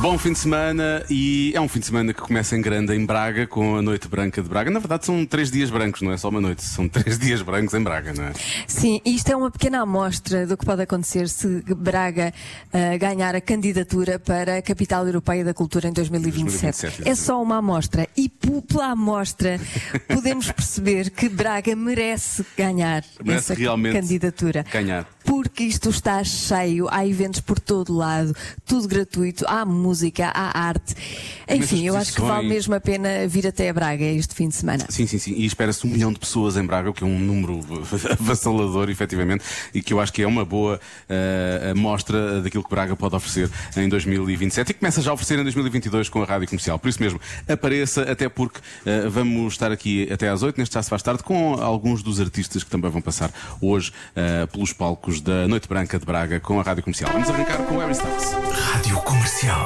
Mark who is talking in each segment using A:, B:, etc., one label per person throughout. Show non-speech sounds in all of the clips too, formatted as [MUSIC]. A: Bom fim de semana e é um fim de semana que começa em grande em Braga com a Noite Branca de Braga. Na verdade, são três dias brancos, não é só uma noite, são [LAUGHS] três dias brancos em Braga, não é?
B: Sim, isto é uma pequena amostra do que pode acontecer se Braga ah, ganhar a candidatura para a Capital Europeia da Cultura em 2027.
A: 2027,
B: é só uma amostra. E po- pela
A: [LAUGHS]
B: amostra podemos perceber que Braga merece ganhar
A: Merece
B: essa
A: realmente
B: candidatura.
A: ganhar.
B: Porque isto está cheio, há eventos por todo lado, tudo gratuito, há música, há arte. Enfim, eu acho que vale
A: exposições.
B: mesmo a pena vir até Braga este fim de semana.
A: Sim, sim, sim. E espera-se um milhão de pessoas em Braga, o que é um número [LAUGHS] avassalador, efetivamente, e que eu acho que é uma boa eh, amostra daquilo que Braga pode oferecer em 2027 e começa já a oferecer em 2022 com a rádio comercial. Por isso mesmo, apareça, até porque eh, vamos estar aqui até às 8, neste Já se faz tarde, com alguns dos artistas que também vão passar hoje eh, pelos palcos da Noite Branca de Braga com a rádio comercial. Vamos arrancar com o Harry Styles.
C: Rádio Comercial.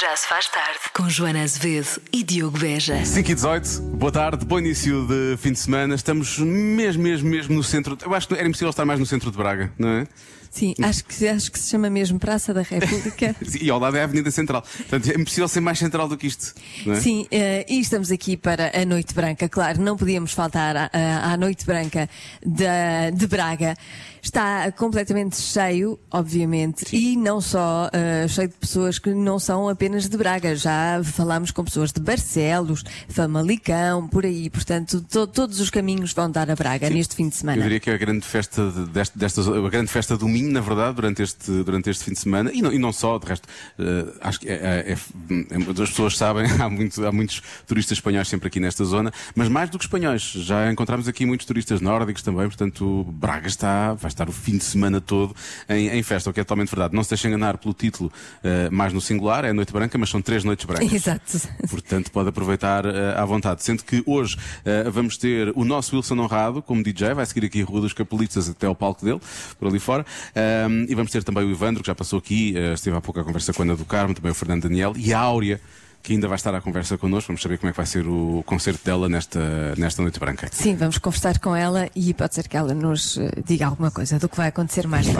D: Já se faz tarde com Joana Azevedo e Diogo Beja.
A: 5 e 18, boa tarde, bom início de fim de semana. Estamos mesmo, mesmo, mesmo no centro. Eu acho que era impossível estar mais no centro de Braga, não é?
B: Sim, acho que, acho que se chama mesmo Praça da República.
A: E ao lado é a Avenida Central. Portanto, é impossível ser mais central do que isto. [LAUGHS] Não é?
B: Sim, eh, e estamos aqui para a Noite Branca. Claro, não podíamos faltar à- à, à Noite Branca da- de, Braga. Está completamente cheio, obviamente, e não só eh, cheio de pessoas que não são apenas de Braga. Já falámos com pessoas de Barcelos, Famalicão, por aí. Portanto, to- todos os caminhos vão dar a Braga neste fim de
A: Eu
B: semana.
A: diria que é a grande festa de- deste, destas, a grande festa do Minho, na verdade, durante este, durante este fim de semana, e não, e não só, de resto, eh, acho que é, é- é- as pessoas sabem, [LAUGHS] há, muito, há muitos turistas espanhóis sempre aqui nesta zona, mas mais do que espanhóis, já encontramos aqui muitos turistas nórdicos também, portanto, Braga está, vai estar o fim de semana todo em, em festa, o que é totalmente verdade. Não se deixem enganar pelo título, eh, mais no singular, é Noite Branca, mas são três noites brancas.
B: [LAUGHS] Exato.
A: Portanto, pode aproveitar eh, à vontade. Sendo que hoje eh, vamos ter o nosso Wilson Honrado como DJ, vai seguir aqui a Rua dos Capelistas até ao palco dele, por ali fora. Ahm, e vamos ter também o Ivandro, que já passou aqui, eh, esteve há pouco à conversa com a Ana do Carmo, também o Fernando Daniel e a Áurea. Que ainda vai estar à conversa connosco, vamos saber como é que vai ser o concerto dela nesta, nesta Noite Branca. [LAUGHS]
B: Sim, vamos conversar com ela e pode ser que ela nos eh, diga alguma coisa do que vai acontecer mais logo.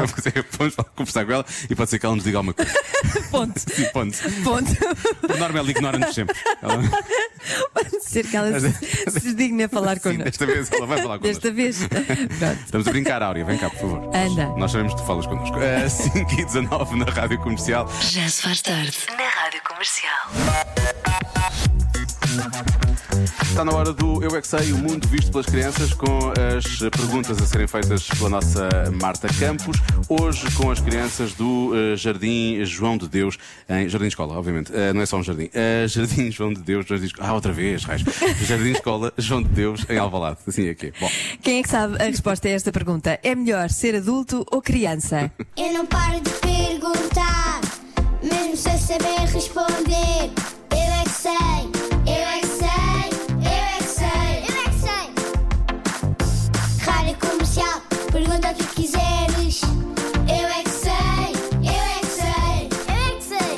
A: Vamos lá conversar com ela e pode ser que ela nos diga alguma coisa. Tipo,
B: Ponto.
A: Sim, [LAUGHS] ponto.
B: Ponto.
A: Por norma, ela ignora-nos é
B: [LAUGHS]
A: sempre. Ela-
B: Pode ser que ela se, se digne a falar
A: é- Sim,
B: connosco.
A: desta vez ela vai falar connosco. [LAUGHS]
B: Desta vez. Pronto.
A: Estamos a brincar, Áurea, vem cá, por favor.
B: Anda.
A: Nós sabemos que tu falas connosco. [LAUGHS] Uh, 5 e 19 na Rádio Comercial.
D: Já se faz tarde na Rádio Comercial.
A: Está na hora do Eu é que Sei, o mundo visto pelas crianças, com as perguntas a serem feitas pela nossa Marta Campos. Hoje com as crianças do eh, Jardim João de Deus, em Jardim Escola, obviamente. Eh, não é só um jardim. Eh, jardim João de Deus, Jardim Escola. Ah, outra vez, raios. Jardim Escola João de Deus, em Alvalade. Assim é que é. Bom,
B: Quem é que sabe a resposta a esta pergunta? É melhor ser adulto ou
A: [LAUGHS]
B: criança?
E: Eu não paro de perguntar, mesmo sem saber responder. Eu é que sei, eu é que sei, eu é que sei, eu é que sei. Rádio comercial, pergunta o que quiseres. Eu é que sei, eu é que sei, eu é que sei.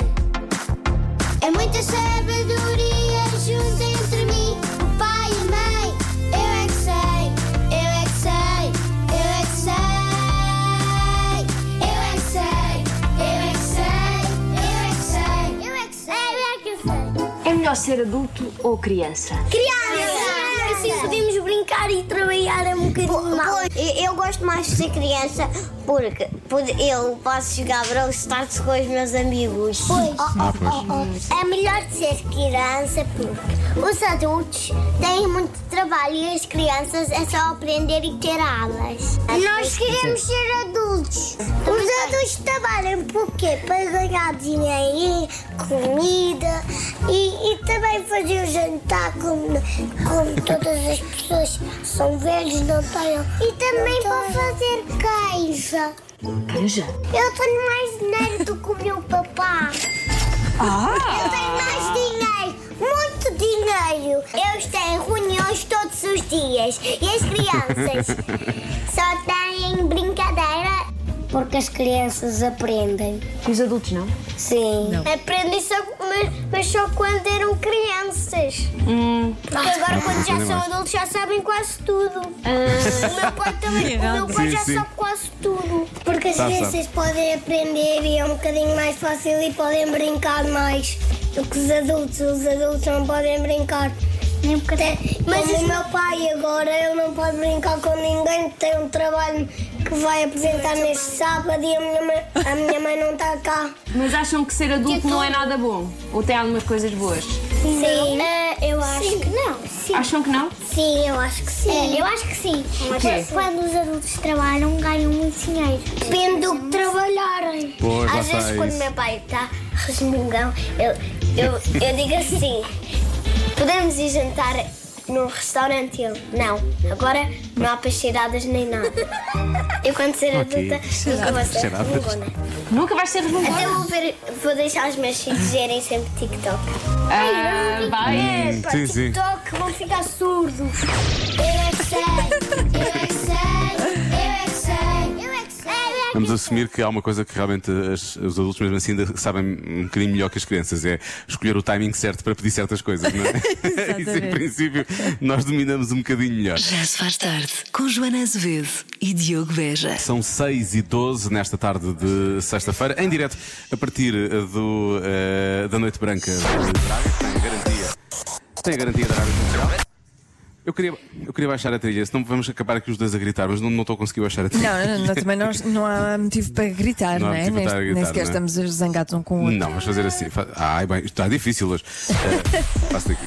E: É muita sabedoria junto entre mim, o pai e a mãe. Eu é que sei, eu é que sei, eu é que sei. Eu é que sei, eu é que sei, eu é que sei, eu é que sei, eu é
F: É melhor ser adulto ou criança?
E: que sei. Criança! Assim podemos brincar e trabalhar um bocadinho mais. Eu gosto mais de ser criança porque eu posso jogar Brawl Stars com os meus amigos. Pois. É melhor ser criança porque os adultos têm muito trabalho e as crianças é só aprender e ter aulas. Nós queremos ser adultos. Os adultos trabalham por quê? Para ganhar dinheiro, comida e, e também fazer o jantar como, como todas as pessoas são velhas, não têm. E também para fazer queijo.
F: Canja?
E: Eu tenho mais dinheiro do que o meu papá.
F: Ah!
E: Eu tenho mais dinheiro, muito dinheiro. Eu tenho reuniões todos os dias e as
F: [LAUGHS]
E: crianças só têm brincadeira. Porque as crianças aprendem.
F: E os adultos não?
E: Sim. Aprendem só com mas, mas só quando eram crianças.
F: Hum.
E: Porque agora, quando já são adultos, já sabem quase tudo.
F: Ah.
E: O meu pai também.
F: [LAUGHS]
E: O meu pai
A: Sim,
E: já
A: sim.
E: sabe quase tudo. Porque as
A: Sabe,
E: crianças podem aprender e é um bocadinho mais fácil e podem brincar mais do que os adultos. Os adultos não podem brincar. Até- um Mas o meu pai agora ele não pode brincar com ninguém, tem um trabalho que vai apresentar neste sábado e a minha mãe, a minha mãe não está cá.
C: Mas acham que ser adulto não é nada bom? Ou tem algumas coisas boas?
E: Sim, Ah, eu acho que não. Sim.
C: Acham que não?
E: Sim, eu acho que sim. É, eu acho que sim.
C: quê?
E: Quando os adultos trabalham, ganham muito dinheiro. Depende do que trabalharem.
A: Pois, lá
E: Às
A: está
E: vezes, quando
A: isso.
E: meu pai está resmungão, eu, eu, eu digo assim: podemos ir jantar num restaurante? E Ele, não. Agora não há para cheiradas nem nada. Eu, quando ser
A: Ok.
E: adulta, nunca vou ser
A: Cheiradas.
E: resmungona.
C: Nunca vais ser resmungona?
E: Até vou, ver, vou deixar os meus filhos verem sempre TikTok.
C: Ah, vai.
E: É, pá,
A: Sim, sim.
E: TikTok vão ficar surdos. Eu é que sei, eu é que sei, eu é que sei, eu é que sei.
A: Vamos assumir que há uma coisa que realmente as- os adultos, mesmo assim, ainda sabem um bocadinho melhor que as crianças: é escolher o timing certo para pedir certas coisas,
B: [LAUGHS]
A: não é? Isso, em
B: Exatamente.
A: princípio, nós dominamos um bocadinho melhor.
D: Já se faz tarde com Joana Azevedo e Diogo Beja.
A: São 6 e 12 nesta tarde de sexta-feira, em direto a partir eh, do, eh, da Noite Branca de Braga, que tem a garantia. Tem a garantia da Rádio Comercial. Eu queria, eu queria baixar a trilha, senão vamos acabar aqui os dois a gritar, mas não não estou a conseguir baixar a trilha.
B: Não, não, não, também nós- não há motivo para gritar,
A: Não
B: não,
A: há
B: é?
A: motivo
B: nem,
A: para gritar,
B: nem sequer
A: não é?
B: estamos zangados um com o outro.
A: Não, vamos fazer assim. Fa- Ai, bem, isto está difícil hoje. Eh, faço daqui.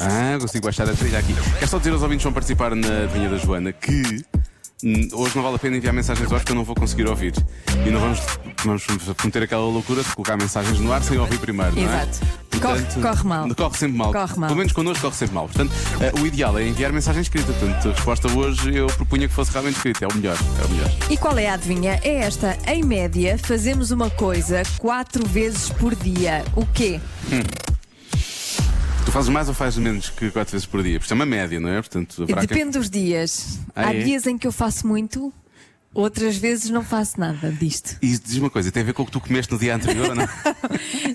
A: Ah, consigo baixar a trilha aqui. Quero só dizer aos ouvintes que vão participar na Adivinha da Joana que hum, hoje não vale a pena enviar mensagens hoje porque eu não vou conseguir ouvir. E não vamos, vamos cometer aquela loucura de colocar mensagens no ar sem ouvir primeiro, não é?
B: Exato. Corre- corre mal.
A: Corre sempre mal.
B: Corre mal.
A: Pelo menos connosco corre sempre mal. Portanto, eh, o ideal é enviar mensagem escrita. Portanto, a resposta hoje eu propunha que fosse realmente escrita. É o melhor. É o melhor.
B: E qual é a adivinha? É esta. Em média, fazemos uma coisa quatro vezes por dia. O quê?
A: Tu fazes mais ou fazes menos que quatro vezes por dia? Porque é uma média, não é? Portanto, haverá quem-
B: Depende dos dias.
A: Ah,
B: Há
A: é?
B: dias em que eu faço muito, outras vezes não faço nada disto.
A: E diz uma coisa, tem a ver com o que tu comeste no dia anterior
B: [LAUGHS]
A: ou não?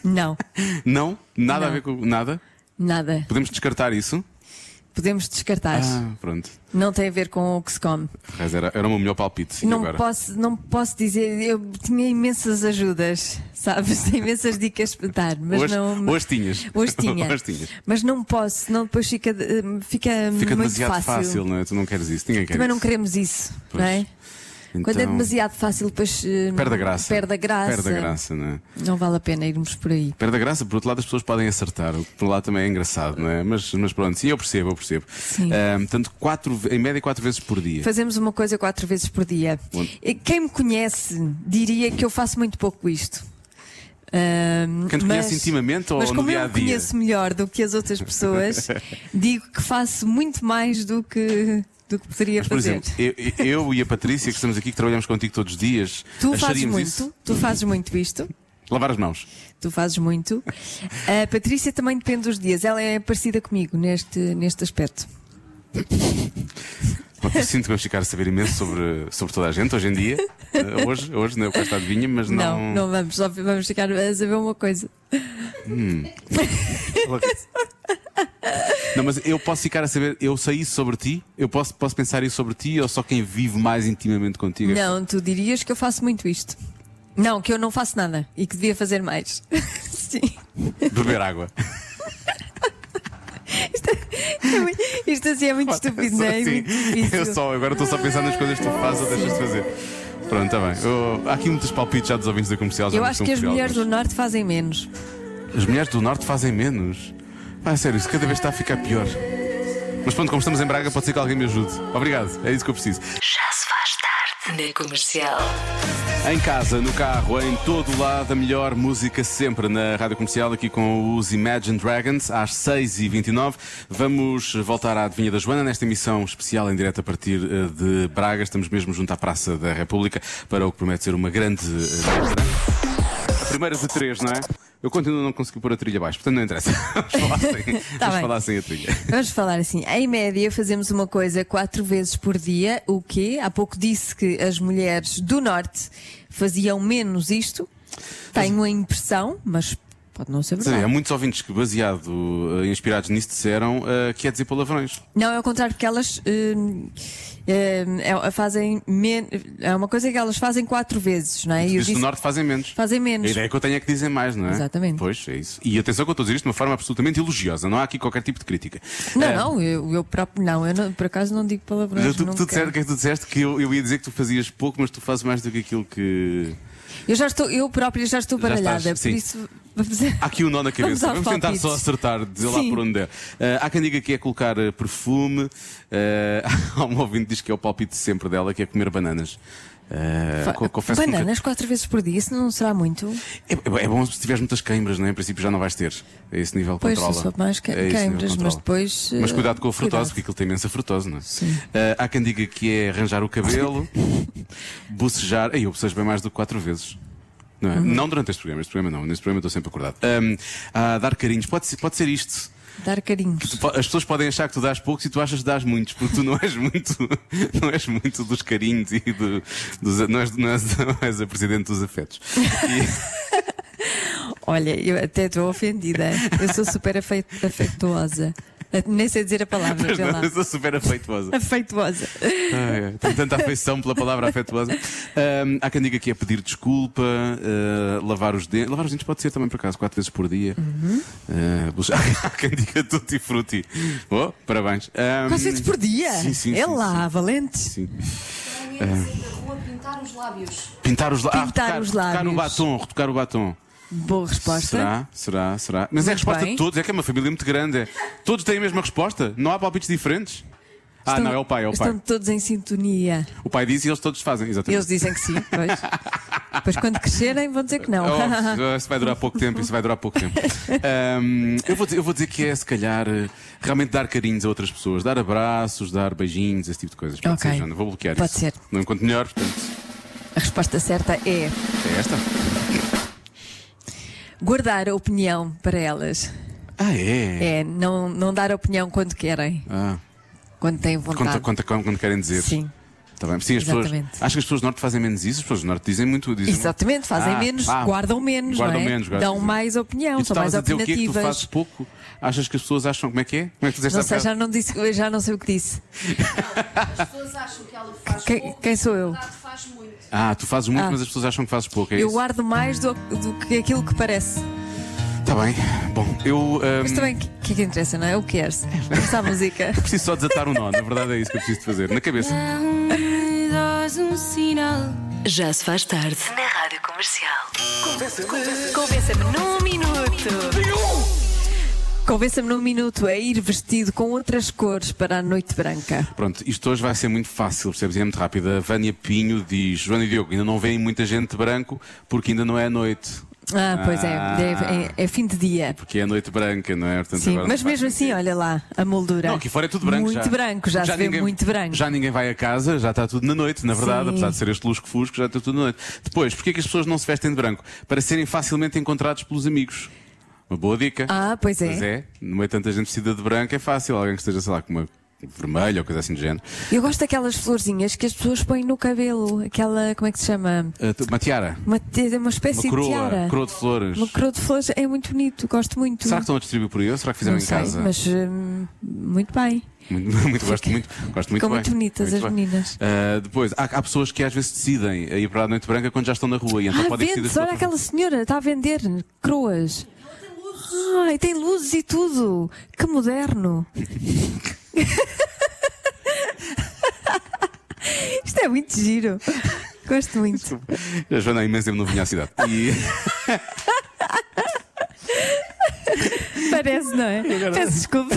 B: Não,
A: não? Nada a
B: Não.
A: ver com nada?
B: nada.
A: Podemos descartar isso?
B: Podemos descartar.
A: Ah, pronto.
B: Não tem a ver com o que se come.
A: Mas Era, era o meu melhor palpite. E
B: Não
A: agora?
B: posso, não posso dizer, eu tinha imensas ajudas, sabes? [LAUGHS] Tinha imensas dicas para dar, mas
A: Hoje-
B: não.
A: hoje tinhas.
B: Hoje tinha.
A: [LAUGHS] Hoje tinhas.
B: Mas não posso, senão depois fica, eh, fica,
A: Fica
B: muito
A: demasiado fácil. não é? Tu não queres isso. Ninguém quer
B: Também
A: isso.
B: não queremos isso,
A: Pois.
B: não é?
A: Então,
B: Quando é demasiado fácil, depois. eh,
A: Perde a graça.
B: Perde a graça.
A: Perde a graça, não é?
B: Não vale a pena irmos por aí.
A: Perde a graça, por outro lado as pessoas podem acertar, o que por um lado também é engraçado, não é? Mas, mas pronto, sim, eu percebo, eu percebo.
B: Sim.
A: Ah, portanto, quatro, ve- em média, quatro vezes por dia.
B: Fazemos uma coisa quatro vezes por dia.
A: Bom.
B: E Quem me conhece diria que eu faço muito pouco isto. Ahm,
A: Quem te conhece intimamente ou
B: mas
A: no
B: como eu
A: dia-a-dia?
B: me conheço melhor do que as
A: [LAUGHS]
B: outras pessoas, digo que faço muito mais do que, do que poderia
A: Mas, por
B: fazer.
A: exemplo, eu, eu e a Patrícia, que estamos aqui, que trabalhamos contigo todos os dias,
B: tu fazes
A: acharíamos
B: muito,
A: isso?
B: tu fazes muito isto.
A: Lavar as mãos.
B: [LAUGHS] Tu fazes muito.
A: [LAUGHS]
B: A Patrícia também depende dos dias. Ela é parecida comigo neste, neste aspecto.
A: Bom, eu sinto que vamos ficar a saber imenso sobre, sobre toda a gente hoje em dia. Eh, hoje, hoje não é com esta adivinha, mas não.
B: Não, não, vamos, só vamos ficar a saber uma coisa.
A: [LAUGHS] Não, mas eu posso ficar a saber, eu sei isso sobre ti, eu posso, posso pensar isso sobre ti, ou só quem vive mais intimamente contigo? é que-
B: Não, tu dirias que eu faço muito isto. Não, que eu não faço nada e que devia fazer mais. [LAUGHS] Sim.
A: Beber
B: [LAUGHS]
A: água.
B: Isto assim é
A: [LAUGHS]
B: muito estúpido, não é? É
A: Sim,
B: muito difícil.
A: assim. eu só, agora estou só a pensar nas coisas que tu fazes ou deixas de fazer. Pronto, está bem. Eu- há aqui muitos palpites já dos ouvintes da comercial. já
B: Eu
A: não
B: acho
A: são
B: que as
A: fiel,
B: mulheres
A: mas-
B: do Norte fazem menos.
A: As mulheres do Norte fazem menos. Ah, sério, isso cada vez está a ficar pior. Mas pronto, como estamos em Braga, pode ser que alguém me ajude. Obrigado, é isso que eu preciso.
D: Já se faz tarde na comercial.
A: Em casa, no carro, em todo o lado, a melhor música sempre na Rádio Comercial, aqui com os Imagine Dragons, às 6h29. Vamos voltar à Adivinha da Joana, nesta emissão especial em direto a partir eh, de Braga. Estamos mesmo junto à Praça da República, para o que promete ser uma grande... eh, A primeira de três, não é? Eu continuo a não conseguir pôr a trilha abaixo, portanto não interessa. [LAUGHS] Vamos falar sem, vamos
B: bem.
A: falar sem a trilha.
B: Vamos falar assim. Em média, fazemos uma coisa quatro vezes por dia, o quê? Há pouco disse que as mulheres do Norte faziam menos isto. Tenho a impressão, mas Pode não ser
A: Sim,
B: verdade.
A: há muitos ouvintes que, baseado, eh, inspirados nisso, disseram eh, que é dizer palavrões.
B: Não, é ao contrário, porque elas hum, hum, é- é- fazem men- É uma coisa que elas fazem quatro vezes, não é? E eu
A: Os do
B: disse-
A: Norte fazem menos.
B: Fazem menos.
A: A ideia que eu tenho é que dizem mais, não é?
B: Exatamente.
A: Pois, é isso. E atenção que eu estou a dizer isto de uma forma absolutamente elogiosa. Não há aqui qualquer tipo de crítica.
B: Não,
A: Eh,
B: não, eu, eu próprio. Não, eu não- por acaso não digo palavrões.
A: Tu, tu,
B: nunca.
A: disseste, que tu disseste que eu, eu ia dizer que tu fazias pouco, mas tu fazes mais do que aquilo que.
B: Eu já estou, eu própria já estou baralhada,
A: estás,
B: por
A: sim.
B: isso. vamos-
A: Há aqui o nó na cabeça.
B: aos
A: Vamos, tentar
B: palpites.
A: só acertar, dizer lá
B: Sim.
A: por onde der. Eh, há quem diga que é colocar eh, perfume. eh, [LAUGHS] há um ouvinte que diz que é o palpite sempre dela, que é comer bananas. Eh, co- confesso que nunca-
B: Bananas quatro vezes por dia, isso não será muito?
A: É, é bom se tiveres muitas queimbras, não é? Em princípio já não vais ter. A esse nível
B: Pois,
A: controla.
B: eu sou mais que-
A: A esse nível
B: queimbras, mas
A: controla.
B: depois,
A: Mas
B: eh,
A: cuidado com a frutose,
B: cuidado.
A: porque aquilo tem imensa frutose, não é? Ah, há quem diga que é arranjar o
B: [LAUGHS]
A: cabelo, bocejar. Ei, eu bocejo bem mais do que quatro vezes. Não, é?
B: Uhum.
A: não durante este programa, este programa não, neste programa eu estou sempre acordado. Ahm, ah, dar carinhos, pode ser, pode ser isto.
B: Dar carinhos.
A: Tu po- As pessoas podem achar que tu dás poucos e tu achas que dás muitos, porque tu não és muito, [LAUGHS] não és muito dos carinhos e do, dos, não, és, não, és, não és a presidente dos
B: [LAUGHS]
A: afetos. E-
B: Olha, eu até estou ofendida. Eu sou super afe- afetuosa. Nem sei dizer a palavra,
A: Mas
B: vê lá.
A: não, eu sou super [LAUGHS] afeituosa.
B: Afeituosa.
A: Ai, ai, Ah, é. Tenho tanta afeição pela palavra afetuosa. Ahm, há quem diga que é pedir desculpa, ah, lavar os dentes. Lavar os dentes pode ser também, por acaso, quatro vezes por dia.
B: Uhum.
A: Ah, bucha- [LAUGHS] há quem diga tutti frutti. Oh, parabéns. Ahm,
B: Quase vezes por dia?
A: Sim, sim.
B: é
A: sim,
B: lá, valentes.
A: Sim. Ah.
C: Pintar os lábios.
A: Pintar os, la- ah,
B: Pintar
A: retocar-
B: os
A: Retocar o
B: lábios.
A: batom, retocar o batom.
B: Boa resposta.
A: Será? Será? Será? Mas é a
B: Muito
A: resposta
B: bem.
A: de todos, é que é uma família muito grande. é. Todos têm a mesma resposta? Não há palpites diferentes? Ah,
B: Estão-
A: não, é o pai, é o pai.
B: Estão todos em sintonia.
A: O pai diz e eles todos fazem, exatamente.
B: Eles dizem que sim, pois. Depois, quando crescerem, vão dizer que não.
A: Oh, isso vai durar pouco tempo, isso vai durar pouco tempo. Ahm, eu, vou dizer, eu vou dizer que é, se calhar, eh, realmente dar carinhos a outras pessoas, dar abraços, dar beijinhos, esse tipo de coisas. Pode
B: Ok.
A: ser, Joana, vou bloquear
B: Pode
A: isso.
B: ser.
A: Não enquanto melhor, portanto,
B: [LAUGHS] A resposta certa
A: é
B: é
A: esta.
B: guardar a opinião para elas.
A: Ah, é?
B: É, não, não dar opinião quando querem,
A: Ah,
B: quando têm vontade.
A: quando, quando, quando querem dizer.
B: Sim.
A: Tá bem. Sim, as pessoas,
B: Exatamente.
A: acho que as pessoas do Norte fazem menos isso, as pessoas do Norte dizem muito. Dizem
B: Exatamente, fazem
A: Ah,
B: menos,
A: ah,
B: guardam menos,
A: guardam
B: não é?
A: menos, guardam
B: dão
A: menos.
B: mais opinião,
A: E tu
B: são mais
A: estavas a dizer o quê? Que tu fazes
B: opinativas.
A: pouco? Achas que as pessoas acham como é que é? Como é que tu disseste
B: Não
A: há
B: sei,
A: bocado?
B: já não, disse, já não sei o que disse.
C: As pessoas acham que ela faz
B: Quem-
C: pouco,
B: quem sou eu?
C: na verdade faz muito.
A: Ah, tu fazes muito,
B: Ah.
A: mas as pessoas acham que fazes pouco. É
B: Eu
A: isso?
B: guardo mais do, do que aquilo que parece.
A: Tá bem. Bom, eu. hum, ahm,
B: Mas também, o que, que é que interessa, não é? O que queres?
A: [LAUGHS]
B: Essa a música.
A: Preciso só desatar um nó, na verdade é isso que eu preciso de fazer, na cabeça.
D: Já se faz tarde. Na Rádio Comercial. Convença-me num minuto.
B: Convença-me num minuto a ir vestido com outras cores para a noite branca.
A: Pronto, isto hoje vai ser muito fácil, percebes? E é muito rápido. A Vânia Pinho diz: Joana e Diogo, ainda não vem muita gente de branco porque ainda não é noite.
B: Ah, pois é,
A: Ah.
B: é, é- é fim de dia.
A: Porque é noite branca, não é? Portanto,
B: Sim,
A: agora
B: mas
A: não faz
B: mesmo assim,
A: sentido.
B: olha lá, a moldura.
A: Não, aqui fora é tudo branco
B: Muito
A: já.
B: branco, já, se vê
A: ninguém-
B: muito branco.
A: Já ninguém vai a casa, já está tudo na noite, na verdade,
B: Sim.
A: apesar de ser este lusco-fusco, já está tudo na noite. Depois, porquê é que as pessoas não se vestem de branco? Para serem facilmente encontrados pelos amigos. Uma boa dica.
B: Ah, pois é.
A: Pois é, no meio de tanta gente vestida de branco é fácil, alguém que esteja, sei lá, com uma vermelha ou coisa assim do género.
B: Eu gosto daquelas florzinhas que as pessoas põem no cabelo, aquela, como é que se chama?
A: Ah, tu- uma tiara,
B: Uma, te- uma espécie
A: uma
B: de
A: coroa,
B: tiara.
A: coroa de flores.
B: Uma coroa de flores é muito bonito, gosto muito.
A: Será que estão a distribuir por aí ou será que fizeram
B: Não
A: em
B: sei,
A: casa?
B: mas hum, muito bem.
A: Muito, [LAUGHS] muito gosto muito. Gosto muito bem.
B: Ficam muito bonitas as meninas.
A: Ah, depois, há, há pessoas que às vezes decidem ir para a Noite Branca quando já estão na rua e então
B: ah,
A: podem decidir
B: vende
A: as
B: olha
A: outras-
B: aquela senhora, está a vender cruas. Ah, e tem luzes e tudo. Que moderno. [LAUGHS] Isto é muito giro. Gosto muito.
A: A Joana é há imenso tempo não vinha à
B: [LAUGHS]
A: cidade. E
B: Parece, não
A: [LAUGHS]
B: é? Peço desculpa.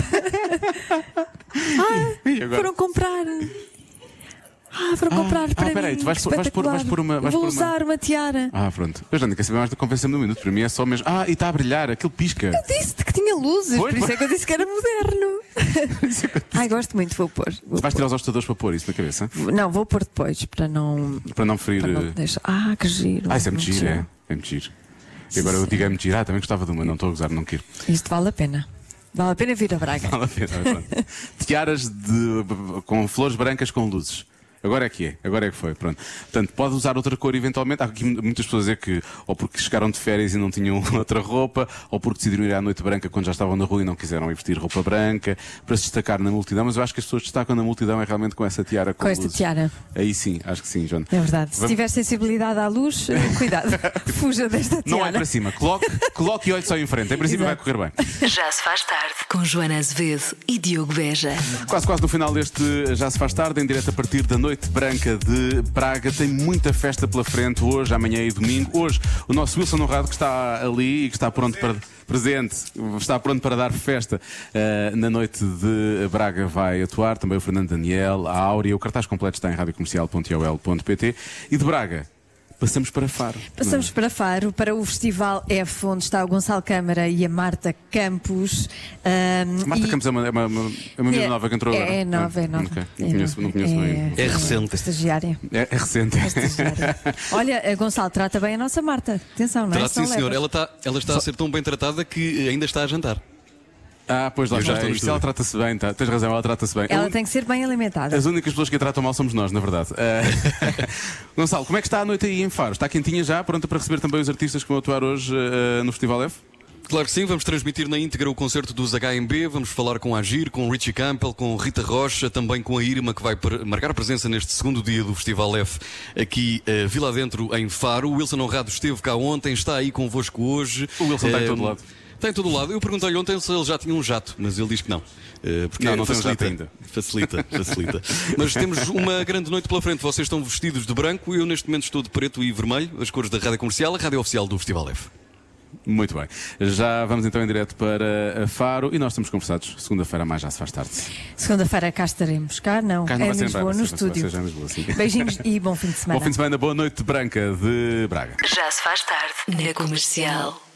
A: e agora?
B: Foram comprar. Ah, foram comprar
A: ah,
B: para
A: peraí,
B: mim.
A: tu vais pôr- vais pôr- vais pôr uma-
B: Espetacular.
A: vais
B: Vou
A: pôr uma-
B: usar uma tiara.
A: Ah, pronto. A Joana quer saber mais do Convença-me no Minuto. Para mim é só mesmo. Ah, e está a brilhar, aquele pisca.
B: Disse-te que tinha luzes,
A: Pois,
B: por isso
A: pois. é
B: é que eu disse que
A: [LAUGHS]
B: era moderno. Ai, gosto muito, vou pôr. Vou
A: Vais tirar os hostadores para pôr isso na cabeça?
B: pôr. Não, vou pôr depois, para não.
A: Para não ferir.
B: Para não
A: eh,
B: te deixar. Ah, que giro.
A: Ah, isso é muito giro, é. É muito giro. E agora eu digo é muito giro. Ah, também gostava de uma, não estou a gozar, não quero.
B: Isto vale a pena. Vale a pena vir a Braga. [LAUGHS]
A: Vale a pena, vale a pena. Tiaras de, com flores brancas com luzes. Agora é que é, agora é que foi. Pronto. Portanto, pode usar outra cor eventualmente. Há aqui mu- muitas pessoas a dizer que, ou porque chegaram de férias e não tinham [LAUGHS] outra roupa, ou porque decidiram ir à noite branca quando já estavam na rua e não quiseram ir vestir roupa branca, para se destacar na multidão. Mas eu acho que as pessoas destacam na multidão é realmente com essa tiara.
B: Com esta
A: luzes.
B: tiara.
A: Aí sim, acho que sim, Joana.
B: É verdade. Se
A: Vamos-
B: tiver sensibilidade à luz,
A: [LAUGHS]
B: eh, cuidado. Fuja desta tiara.
A: Não é para cima. Coloque, coloque e olhe só em frente. Em princípio vai
B: Exato.
A: correr bem.
D: Já se faz tarde. Com Joana Azevedo e Diogo Beja.
A: Quase, quase no final deste Já Se Faz Tarde, em direto a partir da Noite Branca de Praga. Tem muita festa pela frente hoje, amanhã e domingo. Hoje, o nosso Wilson Honrado, que está ali e que está pronto para. Presente, está pronto para dar festa eh, na noite de Braga. Vai atuar também o Fernando Daniel, a Áurea. O cartaz completo está em radiocomercial.ol.pt. E de Braga, passamos para Faro. é?
B: Passamos para Faro, para o Festival F, onde está o Gonçalo Câmara e a Marta Campos. Ahm,
A: Marta
B: e-
A: Campos é uma, é uma, é uma menina
B: É-
A: nova que entrou
B: é-
A: agora.
B: é nova, é nova.
A: Ok. Não
B: É
A: conheço, não
B: nova.
A: conheço bem.
G: É recente.
B: Estagiária.
A: É, é recente. [LAUGHS]
B: Estagiária. Olha, eh, Gonçalo, trata bem a nossa Marta. Atenção, não é?
G: Trata, sim,
B: Não
G: senhor.
B: levas.
G: Ela está, ela está a ser tão bem tratada que ainda está a jantar.
A: Ah, pois lá
G: Eu já
A: está.
G: estou no
A: Isto ela trata-se bem, tá. tens razão, ela trata-se bem.
B: Ela
A: Eu-
B: tem que ser bem alimentada.
A: As únicas pessoas que a tratam mal somos nós, na verdade. Ah, [LAUGHS] Gonçalo, como é que está a noite aí em Faro? Está quentinha já, pronta para receber também os artistas que vão atuar hoje ah, no Festival F?
G: Claro que sim, vamos transmitir na íntegra o concerto dos HMB, vamos falar com a Agir, com Richie Campbell, com Rita Rocha, também com a Irma, que vai pre- marcar presença neste segundo dia do Festival F aqui eh, Vila Dentro, em Faro. O Wilson Honrado esteve cá ontem, está aí convosco hoje.
A: O Wilson está em
G: Eh,
A: todo lado.
G: Está em todo lado. Eu perguntei-lhe ontem se ele já tinha um jato, mas ele diz que não. Eh, porque
A: Não, não tem um
G: facilita.
A: jato ainda.
G: Facilita,
A: [LAUGHS]
G: facilita. Mas temos uma grande noite pela frente. Vocês estão vestidos de branco, eu neste momento estou de preto e vermelho, as cores da rádio comercial, a rádio oficial do Festival F.
A: Muito bem. Já vamos então em direto para ah, Faro e nós estamos conversados. Segunda-feira mais já se faz tarde.
B: Segunda-feira cá estaremos. Cá não,
A: Cá não
B: é
A: vai ser em
B: Lisboa,
A: Braga,
B: no
A: vai ser- vai
B: estúdio.
A: ser em é Lisboa, sim.
B: Beijinhos e bom fim de semana.
A: Bom fim de semana, boa noite branca de Braga.
D: Já se faz tarde. Na comercial.